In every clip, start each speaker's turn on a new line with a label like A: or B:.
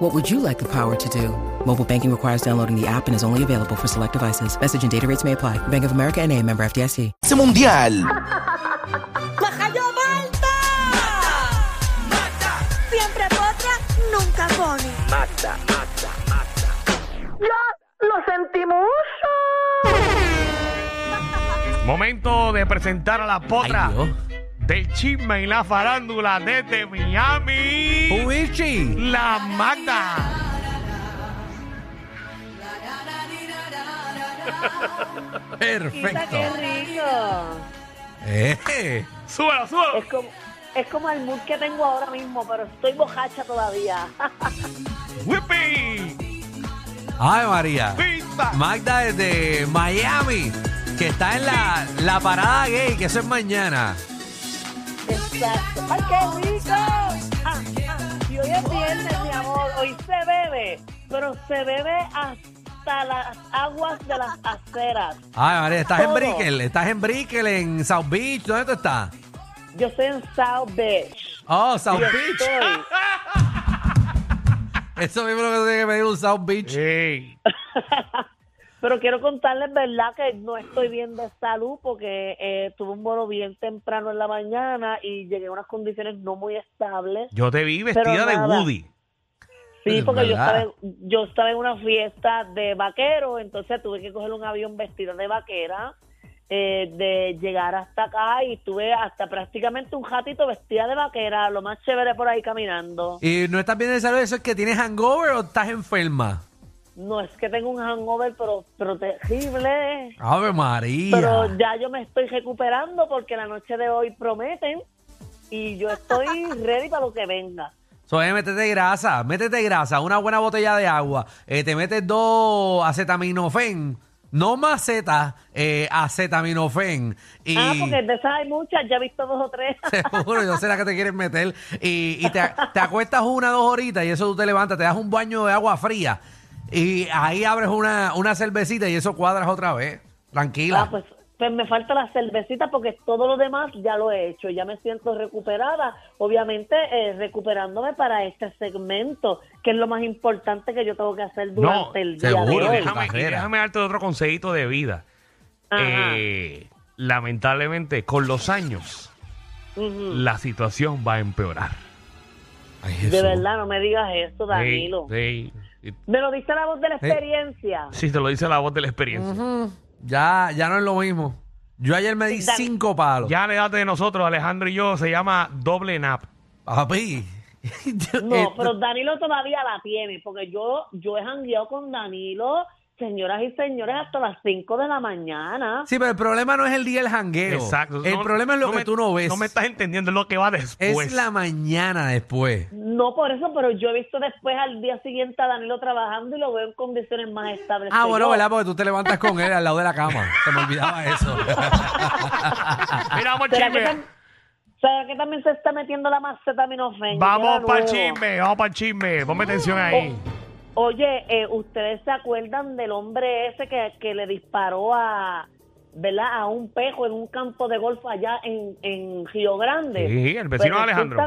A: What would you like the power to do? Mobile banking requires downloading the app and is only available for select devices. Message and data rates may apply. Bank of America and a member FDIC.
B: Ese mundial.
C: ¡Majayo Malta! Siempre potra, nunca pone.
D: Momento de presentar a la potra del chisme y la farándula desde Miami.
B: Uichi.
D: La Magda.
C: ¡Qué
B: Perfecto.
C: rico!
B: Eh,
D: Súbelo, súbelo.
C: Es como, es como el mood que tengo ahora mismo, pero estoy bojacha todavía.
D: Whippy.
B: Ay, María.
D: Pimba.
B: Magda desde Miami, que está en la, la parada gay, que eso es mañana.
C: Exacto. ¡Ay, qué rico! Ah, ah. Y hoy es viernes, mi amor. Hoy se bebe, pero se bebe hasta las aguas de las aceras.
B: Ay, María, estás en
C: Todo.
B: Brickell, estás en Brickell, en South Beach, ¿dónde tú estás?
C: Yo estoy en South Beach.
B: Oh, South
C: Yo
B: Beach.
C: estoy.
B: Eso mismo es lo que tú tienes que pedir un South Beach.
D: Ey.
C: Pero quiero contarles, ¿verdad? Que no estoy bien de salud porque eh, tuve un vuelo bien temprano en la mañana y llegué a unas condiciones no muy estables.
D: Yo te vi
C: Pero
D: vestida de
C: nada.
D: Woody.
C: Sí,
B: Es
C: porque yo
B: verdad.
C: estaba, en- yo estaba en una fiesta de vaquero, entonces tuve que coger un avión vestido de vaquera, eh, de llegar hasta acá y estuve hasta prácticamente un ratito vestida de vaquera, lo más chévere por ahí caminando.
B: Y no estás bien de salud, eso es que tienes hangover o estás enferma.
C: No es que tengo un hangover, pero, pero terrible.
B: Ave María.
C: Pero ya yo me estoy recuperando porque la noche de hoy prometen y yo estoy ready para lo que venga.
B: So, eh, métete grasa, métete grasa, una buena botella de agua, eh, te metes dos acetaminofén, no maceta, eh, acetaminofén. Y
C: Ah, porque de esas hay muchas, ya he visto dos o tres.
B: seguro, yo sé la que te quieres meter. Y, y te, te acuestas una, dos horitas y eso tú te levantas, te das un baño de agua fría y ahí abres una, una cervecita y eso cuadras otra vez. Tranquila.
C: Ah, pues, pues me falta la cervecita porque todo lo demás ya lo he hecho, ya me siento recuperada, obviamente eh, recuperándome para este segmento, que es lo más importante que yo tengo que hacer durante el día
B: seguro,
C: de
D: y
C: hoy.
D: déjame, y
B: Carrera.
D: déjame darte otro consejito de vida.
C: Ajá.
D: Eh, lamentablemente, con los años,
C: Ujú.
D: la situación va a empeorar.
B: Ay,
C: De
B: Jesús.
C: verdad, no me digas eso, Danilo.
D: Sí, sí.
C: Me lo dice la voz de la experiencia.
D: Sí, te lo dice la voz de la experiencia.
B: Ujú. Ya, ya no es lo mismo. Yo ayer me di
C: Sí, dale.
B: cinco palos.
D: Ya la edad de nosotros, Alejandro y yo, se llama doble nap.
B: Papi. Yo- eh,
C: No, pero Danilo todavía la tiene, porque yo, yo he jangueado con Danilo, señoras y señores, hasta las 5 de la mañana.
B: Sí, pero el problema no es el día del jangueo.
D: Exacto.
B: El
D: No-
B: problema es lo que
D: me-
B: tú no ves.
D: No me estás pues. entendiendo es lo que va
B: es
D: después.
B: la mañana después.
C: No por eso, pero yo he visto después al día siguiente a Danilo trabajando y lo veo en condiciones más estables.
B: Ah,
C: que
B: bueno,
C: yo.
B: ¿verdad? Porque tú te levantas con él al lado de la cama. Se me olvidaba eso.
D: Mira, vamos al
C: ¿Será que,
D: chisme.
C: tam- será que también se está metiendo la macetaminofén?
D: Vamos para el
C: chisme.
D: chisme, vamos para el chisme. Ponme atención ahí.
C: Oye, eh, ¿ustedes se acuerdan del hombre ese que, que le disparó a, ¿verdad? a un pejo en un campo de golf allá en, en Río Grande?
D: Sí, el vecino de Alejandro.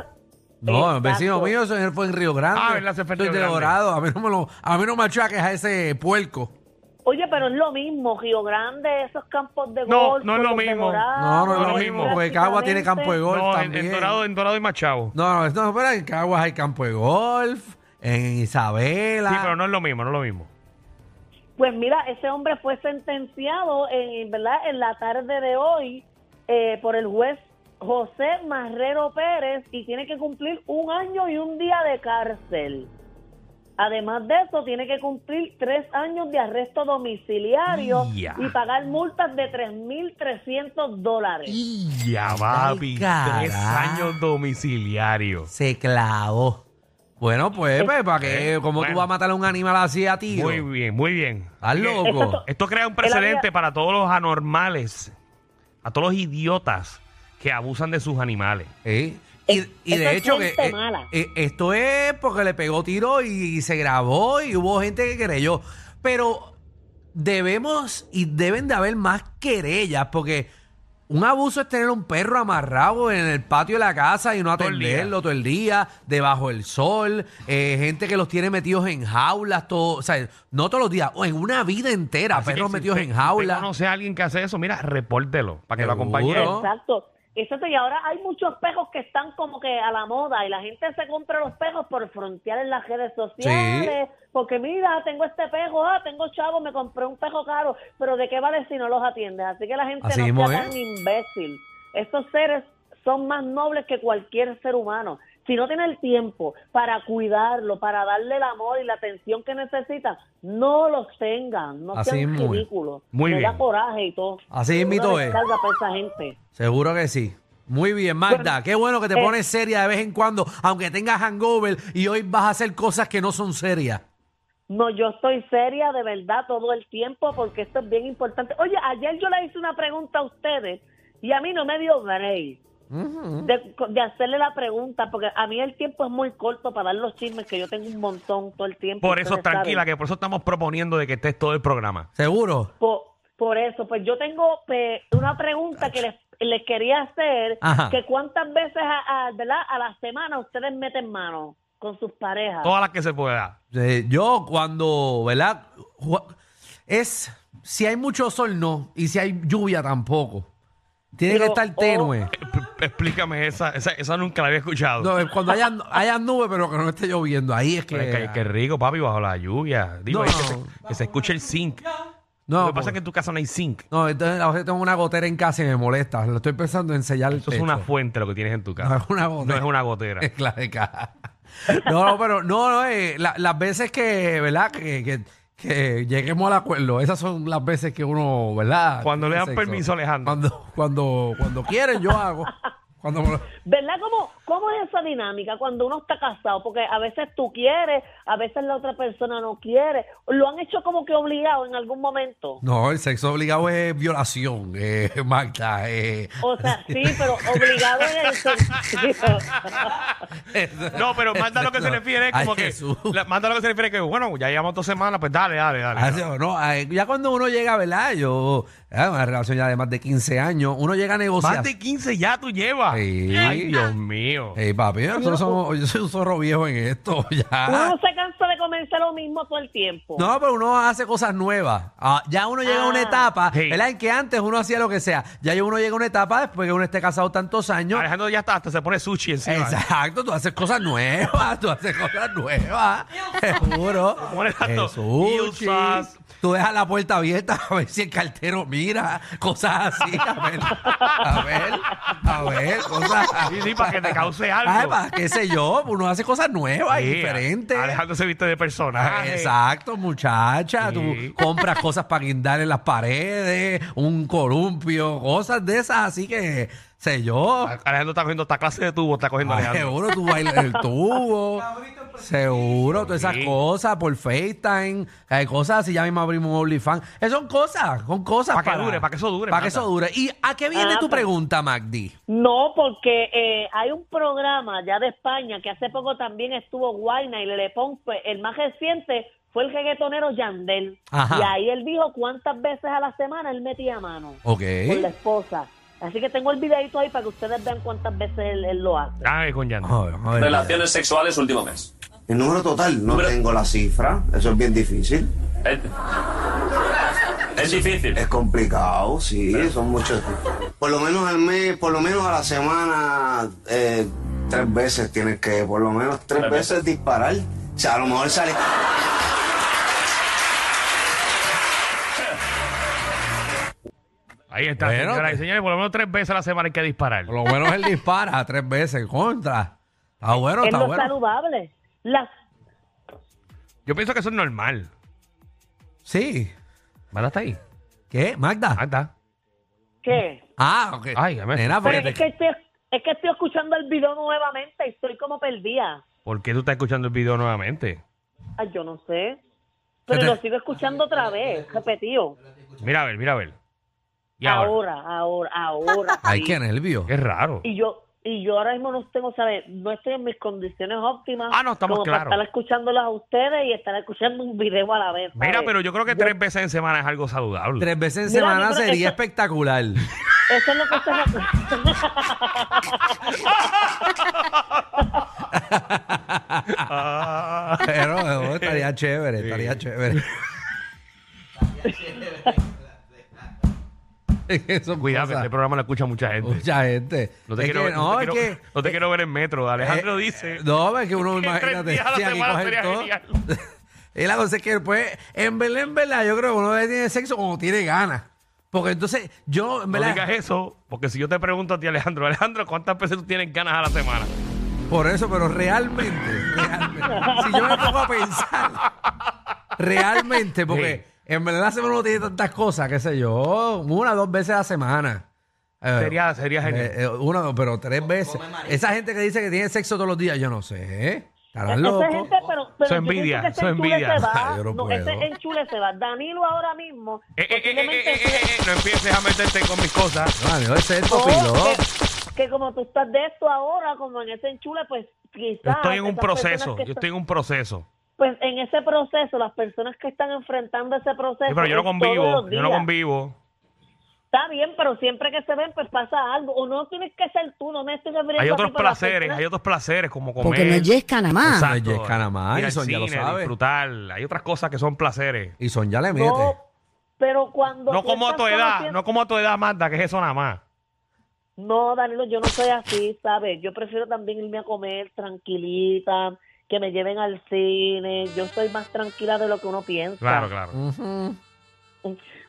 B: No, el
C: Exacto.
B: vecino mío eso fue en Río Grande.
D: Ah, ¿verdad? Se fue en
B: Estoy
D: Río
B: de
D: Grande.
B: Dorado. A mí no me lo, a mí no me achaques a ese puerco.
C: Oye, pero es lo mismo, Río Grande, esos campos de
D: No,
C: golf.
D: no es lo
C: los de
D: mismo.
B: No,
C: Dorado, eh,
B: no, es lo
D: no,
B: mismo,
D: no.
B: porque Cagua tiene campo de golf
D: No, en,
B: Oh, también.
D: en Dorado, en Dorado y Machado.
B: No, no, no, pero en Caguas hay campo de golf, en Isabela.
D: Sí, pero no es lo mismo, no es lo mismo.
C: Pues mira, ese hombre fue sentenciado en, ¿verdad? en la tarde de hoy eh, por el juez José Marrero Pérez y tiene que cumplir un año y un día de cárcel. Además de eso, tiene que cumplir tres años de arresto domiciliario
D: Ya.
C: y pagar multas de 3.300 dólares.
D: Ya, papi.
B: Ay,
D: Tres
B: cara.
D: años domiciliarios.
B: Se clavó. Bueno, pues, pues ¿para qué? ¿Cómo tú
D: Bueno.
B: vas a matar a un animal así a tiro?
D: Muy bien, muy bien.
B: Estás
D: Así que
B: loco.
D: Esto crea un
C: había-
D: precedente para todos los anormales a todos los idiotas que abusan de sus animales.
B: Eh, Y, y
C: Eso
B: de
C: es
B: hecho, que,
C: gente
B: eh,
C: mala.
B: eh, esto es porque le pegó tiro y, se grabó y hubo gente que querelló. Pero debemos y deben de haber más querellas porque un abuso es tener un perro amarrado en el patio de la casa y no
D: Todo el día.
B: atenderlo todo el día, debajo del sol, eh, gente que los tiene metidos en jaulas, todo, o sea, no todos los días, o en una vida entera,
D: Así que
B: perros
D: si
B: metidos
D: usted-
B: en
D: Usted
B: jaulas.
D: conoce a alguien que hace eso, mira, repórtelo para que lo
B: Seguro.
D: acompañe.
B: Pero-
C: Exacto. Exacto, y ahora hay muchos pejos que están como que a la moda y la gente se compra los pejos por frontear en las redes sociales. Porque mira, tengo este pejo, ah, tengo chavo, me compré un pejo caro, pero ¿de qué vale si no los atiendes? Así que la gente
B: Así
C: no
B: mismo
C: sea
B: es.
C: tan imbécil. Estos seres son más nobles que cualquier ser humano. Si no tiene el tiempo para cuidarlo, para darle el amor y la atención que necesita, no los tengan, no
B: Así
C: sean
B: mismo es.
C: ridículos.
D: Muy
C: Me
D: bien.
C: da coraje y todo.
B: Así mismito
C: Uno le
B: es.
C: carga para esa gente.
B: Seguro que sí. Muy bien, Magda. qué bueno que te
C: eh.
B: pones seria de vez en cuando, aunque tengas hangover y hoy vas a hacer cosas que no son serias.
C: No, yo estoy seria de verdad todo el tiempo porque esto es bien importante. Oye, ayer yo le hice una pregunta a ustedes y a mí no me dio break de, de hacerle la pregunta porque a mí el tiempo es muy corto para dar los chismes que yo tengo un montón todo el tiempo.
D: Por eso,
C: ustedes saben.
D: tranquila, que por eso estamos proponiendo de que estés todo el programa.
B: Seguro.
C: Por, por eso, pues yo tengo pues, una pregunta que les, les quería hacer,
B: Ajá.
C: que cuántas veces a, a- ¿verdad? a la semana ustedes meten mano con sus parejas.
D: Todas las que se pueda.
B: Eh, yo cuando, ¿verdad? Ju- Es, si hay mucho sol, no. Y si hay lluvia, tampoco. Tiene
C: Pero, oh.
B: que estar
C: o-
B: tenue.
D: P- Explícame esa, esa, esa nunca la había escuchado.
B: No, eh, cuando haya, haya nubes, pero que no esté lloviendo. Ahí es que...
D: Pero es que, qué rico, papi, bajo la lluvia. Digo,
B: No.
D: es que, se, que se escuche el zinc.
B: no,
D: Lo que pasa es
B: por-
D: que en tu casa no hay zinc.
B: no, entonces a veces tengo una gotera en casa y me molesta. Lo estoy pensando en sellar el
D: Eso es una
B: techo.
D: fuente lo que tienes en tu
B: No
D: casa.
B: es una gotera.
D: No es una gotera.
B: Es la de caja. No, no, pero no, no, eh, la- las veces que, ¿verdad? Que, que- que lleguemos al acuerdo, esas son las veces que uno, ¿verdad?
D: Cuando le dan
B: Tiene sexo.
D: permiso, Alejandro.
B: Cuando, cuando, cuando quieren, yo hago. Cuando me lo-
C: ¿Verdad? ¿Cómo, ¿Cómo es esa dinámica cuando uno está casado? Porque a veces tú quieres, a veces la otra persona no quiere. ¿Lo han hecho como que obligado en algún momento?
B: No, el sexo obligado es violación, eh, Magda. eh.
C: O sea, sí, pero obligado en el sentido.
D: No, pero manda lo que se refiere es como
B: Ay,
D: que.
B: Jesús.
D: la- manda lo que se refiere es que, bueno, ya llevamos dos semanas, pues dale, dale, dale.
B: Así, no, ay, ya cuando uno llega, ¿verdad? Yo, ah, una relación ya de más de 15 años, uno llega a negociar.
D: Más de 15 ya tú llevas.
B: Sí.
D: Ay, Dios mío.
B: Ey, papi, nosotros somos, yo soy un zorro viejo en esto, ya.
C: Uno se cansa de comerse lo mismo todo el tiempo.
B: No, pero uno hace cosas nuevas. Ah, ya uno llega a una
C: Ah.
B: etapa,
D: Sí.
B: ¿verdad? En que antes uno hacía lo que sea. Ya uno llega a una etapa después que uno esté casado tantos años.
D: Alejandro ya está, hasta se pone sushi encima.
B: Exacto, tú haces cosas nuevas, tú haces cosas nuevas, seguro.
D: Bueno, exacto.
B: Jesús,
D: Y usas-
B: Tú dejas la puerta abierta a ver si el cartero mira, cosas así, a ver, a ver, a ver, cosas así.
D: Sí, sí, para que te cause algo.
B: Ay, Ah, para pues, qué sé yo, uno hace cosas nuevas y
D: Sí,
B: diferentes.
D: Alejandro se viste de
B: Ah,
D: personaje.
B: Exacto, muchacha.
D: Sí.
B: Tú compras cosas para guindar en las paredes, un columpio, cosas de esas. Así que, sé yo.
D: Alejandro está cogiendo esta clase de tubo, está cogiendo
B: Ay,
D: Alejandro.
B: seguro tú bailas el tubo. seguro, todas esas
D: Sí.
B: cosas por FaceTime. Hay cosas así. Ya mismo abrimos un OnlyFans. Esas son cosas, son cosas.
D: Pa' que dure, pa' que eso dure,
B: Para que
D: Magda.
B: eso dure. ¿Y a qué viene
C: Ah,
B: tu
C: pues.
B: pregunta, Magdi?
C: No, porque eh, hay un programa ya de España que hace poco también estuvo Guayna y Lele Pons, pues, el más reciente fue el reggaetonero Yandel.
B: Ajá.
C: Y ahí él dijo cuántas veces a la semana él metía mano
B: Ok.
D: ¿Eh?
C: con la esposa. Así que tengo el videito ahí para que ustedes vean cuántas veces él, él lo hace.
D: Ah, con Jan.
B: A ver, a ver.
E: Relaciones sexuales último mes.
F: El número total, no
E: Número-
F: tengo la cifra, eso es bien difícil.
E: Es, es difícil.
F: Es complicado, sí, son muchos. Por lo menos al mes, por lo menos a la semana, eh, tres veces tienes que, por lo menos tres,
E: Tres
F: veces, disparar. O sea, a lo mejor sale.
D: Ahí está,
B: Bueno,
D: señoras y
B: pues.
D: señores, por lo menos tres veces a la semana hay que disparar.
B: Por lo menos él dispara tres veces contra. Está
D: Ah,
B: bueno,
C: es
B: está
C: lo
B: bueno.
C: saludable. Las,
D: Yo pienso que eso es normal.
B: Sí.
D: ¿Magda está ahí?
B: ¿Qué? Magda.
D: Magda.
C: ¿Qué?
B: Ah, ok.
D: Ay, ya me-
B: Nena, pues,
C: Pero
B: porque
C: es,
B: te-
C: que estoy, es que estoy escuchando el video nuevamente y estoy como perdida.
D: ¿Por qué tú estás escuchando el video nuevamente?
C: Ay, yo no sé. Pero
B: Te-
C: lo sigo escuchando otra vez, repetido.
D: Mira a ver, mira a ver. Y ahora.
C: ahora, ahora, ahora.
B: Ay,
C: sí.
B: qué nervio.
D: Qué raro.
C: Y yo y yo ahora mismo no tengo, ¿sabes? No estoy en mis condiciones óptimas.
D: Ah, no, estamos
C: como para
D: claros.
C: estar escuchándolas a ustedes y estar escuchando un video a la vez. ¿sabes?
D: Mira, pero yo creo que tres veces en semana es algo saludable.
B: Tres veces en
C: Mira,
B: semana
C: yo creo que
B: sería
C: eso-
B: espectacular.
C: Eso es lo que se
D: Ah.
B: Pero no, estaría chévere, estaría chévere. Eso
D: Cuidado, que
B: pasa.
D: este programa lo escucha mucha gente.
B: Mucha gente.
D: No te,
B: Es
D: quiero,
B: que
D: ver- no, te
B: es
D: quiero-
B: que-
D: no te quiero ver en metro. Alejandro
B: eh,
D: dice.
B: No, es que uno,
D: que tres
B: imagínate.
D: días a la
B: sí, aquí
D: semana
B: cogen
D: sería
B: todo.
D: genial.
B: Y la cosa es que, pues, en verdad, en verdad, yo creo que uno tiene sexo cuando tiene ganas. Porque entonces, yo, en
D: No
B: verdad.
D: digas eso, porque si yo te pregunto a ti, Alejandro, Alejandro, ¿cuántas veces tú tienes ganas a la semana?
B: Por eso, pero realmente, realmente, si yo me pongo a pensar, realmente, porque en verdad la semana uno tiene tantas cosas, qué sé yo, una dos veces a la semana. Eh,
D: Sería- sería genial.
B: eh, eh, una, dos, pero tres veces. Esa gente que dice que tiene sexo todos los días, yo no sé, ¿eh? Estarán
C: Esa
B: locos.
C: gente, pero, pero
D: Eso
C: yo
D: envidia,
C: siento que ese
D: eso
C: enchule
D: envidia.
C: se va.
B: Yo no
C: no, ese
B: puedo.
C: enchule se va. Danilo ahora mismo.
D: Eh, eh, eh, eh,
C: posiblemente
D: eh, eh, eh, no empieces a meterte con mis cosas.
B: No, amigo, ese es el
C: No,
B: topiló.
C: Oh, que, que como tú estás de esto ahora, como en ese enchule, pues quizás.
D: Yo estoy en un
C: esas personas
D: proceso,
C: que
D: yo
C: están-
D: estoy en un proceso.
C: Pues en ese proceso, las personas que están enfrentando ese proceso.
D: Sí, pero yo no
C: es todos
D: convivo,
C: los
D: yo no
C: días.
D: convivo.
C: Está bien, pero siempre que se ven, pues pasa algo. O no tienes que ser tú, no me estoy refiriendo
D: Hay
C: a ti,
D: otros
C: pero las
D: placeres,
C: personas-
D: hay otros placeres como comer.
G: Porque no es yesca nada más.
D: Exacto.
B: No es yesca nada más,
D: ir al
B: Ison, ya lo
D: cine,
B: sabe.
D: disfrutar. Hay otras cosas que son placeres.
B: Y son ya le mete.
C: No, pero cuando.
D: No
C: tú
D: como a
C: estás
D: tu edad,
C: conociendo-
D: no como a tu edad, Marta, que es eso nada más.
C: No, Danilo, yo no soy así, ¿sabes? Yo prefiero también irme a comer tranquilita, que me lleven al cine. Yo soy más tranquila de lo que uno piensa.
D: Claro, claro.
B: Ujú.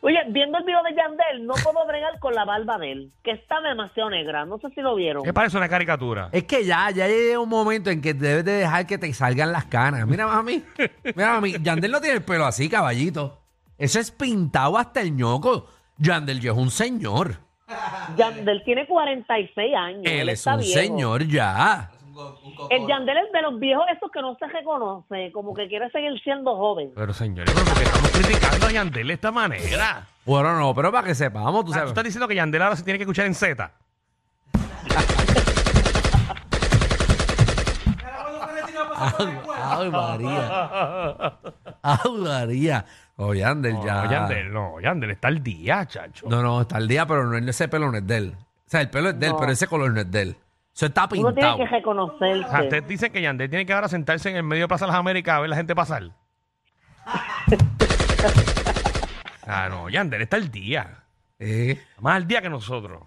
C: Oye, viendo el video de Yandel, no puedo bregar con la barba de él, que está demasiado negra. No sé si lo vieron.
D: ¿Qué parece una caricatura?
B: Es que ya, ya llega un momento en que debes de dejar que te salgan las canas. Mira más a mí. Mira a mí. Yandel no tiene el pelo así, caballito. Eso es pintado hasta el ñoco. Yandel ya es un señor.
C: Yandel tiene 46 años.
B: Él es
C: está
B: un
C: viejo.
B: señor ya.
C: El Yandel es de los viejos esos que no se reconoce, como que quiere seguir siendo joven.
D: Pero señores, ¿pero por qué estamos criticando a Yandel de esta manera?
B: Bueno, no, pero para que sepamos, tú
D: Ah, ¿Tú
B: sabes.
D: estás diciendo que Yandel ahora se tiene que escuchar en Z?
B: Ay, María. Ay, María. O Oh, Yandel
D: No,
B: ya.
D: Yandel, no, Yandel está al día, chacho.
B: No, no, está el día, pero no, ese pelo no es de él. O sea, el pelo es de él, pero ese color no es de él. Eso está
C: Uno tiene
B: pintado.
C: que reconocerse.
D: O sea, ustedes dicen que Yandel tiene que ahora sentarse en el medio de Plaza de las Américas a ver la gente pasar. ah, no, Yandel está al día.
B: Eh,
D: Más al día que nosotros.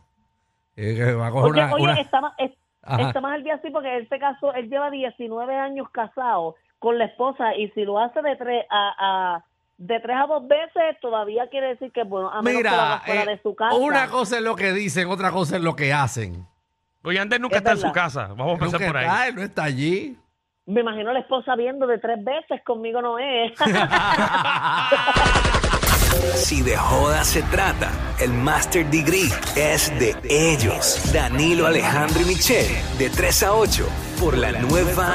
B: eh, que va a coger
C: Oye,
B: una-
C: oye,
B: una-
C: está, más, es-
B: Ajá.
C: está más al día así porque él se casó, él lleva 19 años casado con la esposa y si lo hace de tres a, a- de tres a dos veces, todavía quiere decir que, bueno, a menos que lo haga
B: Mira,
C: fuera
B: eh,
C: de su casa.
B: una cosa es lo que dicen, otra cosa es lo que hacen.
D: Pero Pues Yandel nunca
C: Es
D: está en
C: verdad.
D: su casa. Vamos a
B: Nunca
D: empezar por ahí.
B: está, él no está allí.
C: Me imagino la esposa viendo de tres veces, conmigo no es.
H: Si de joda se trata, el Master Degree es de ellos. Danilo Alejandro y Michelle, de 3 a 8, por la nueva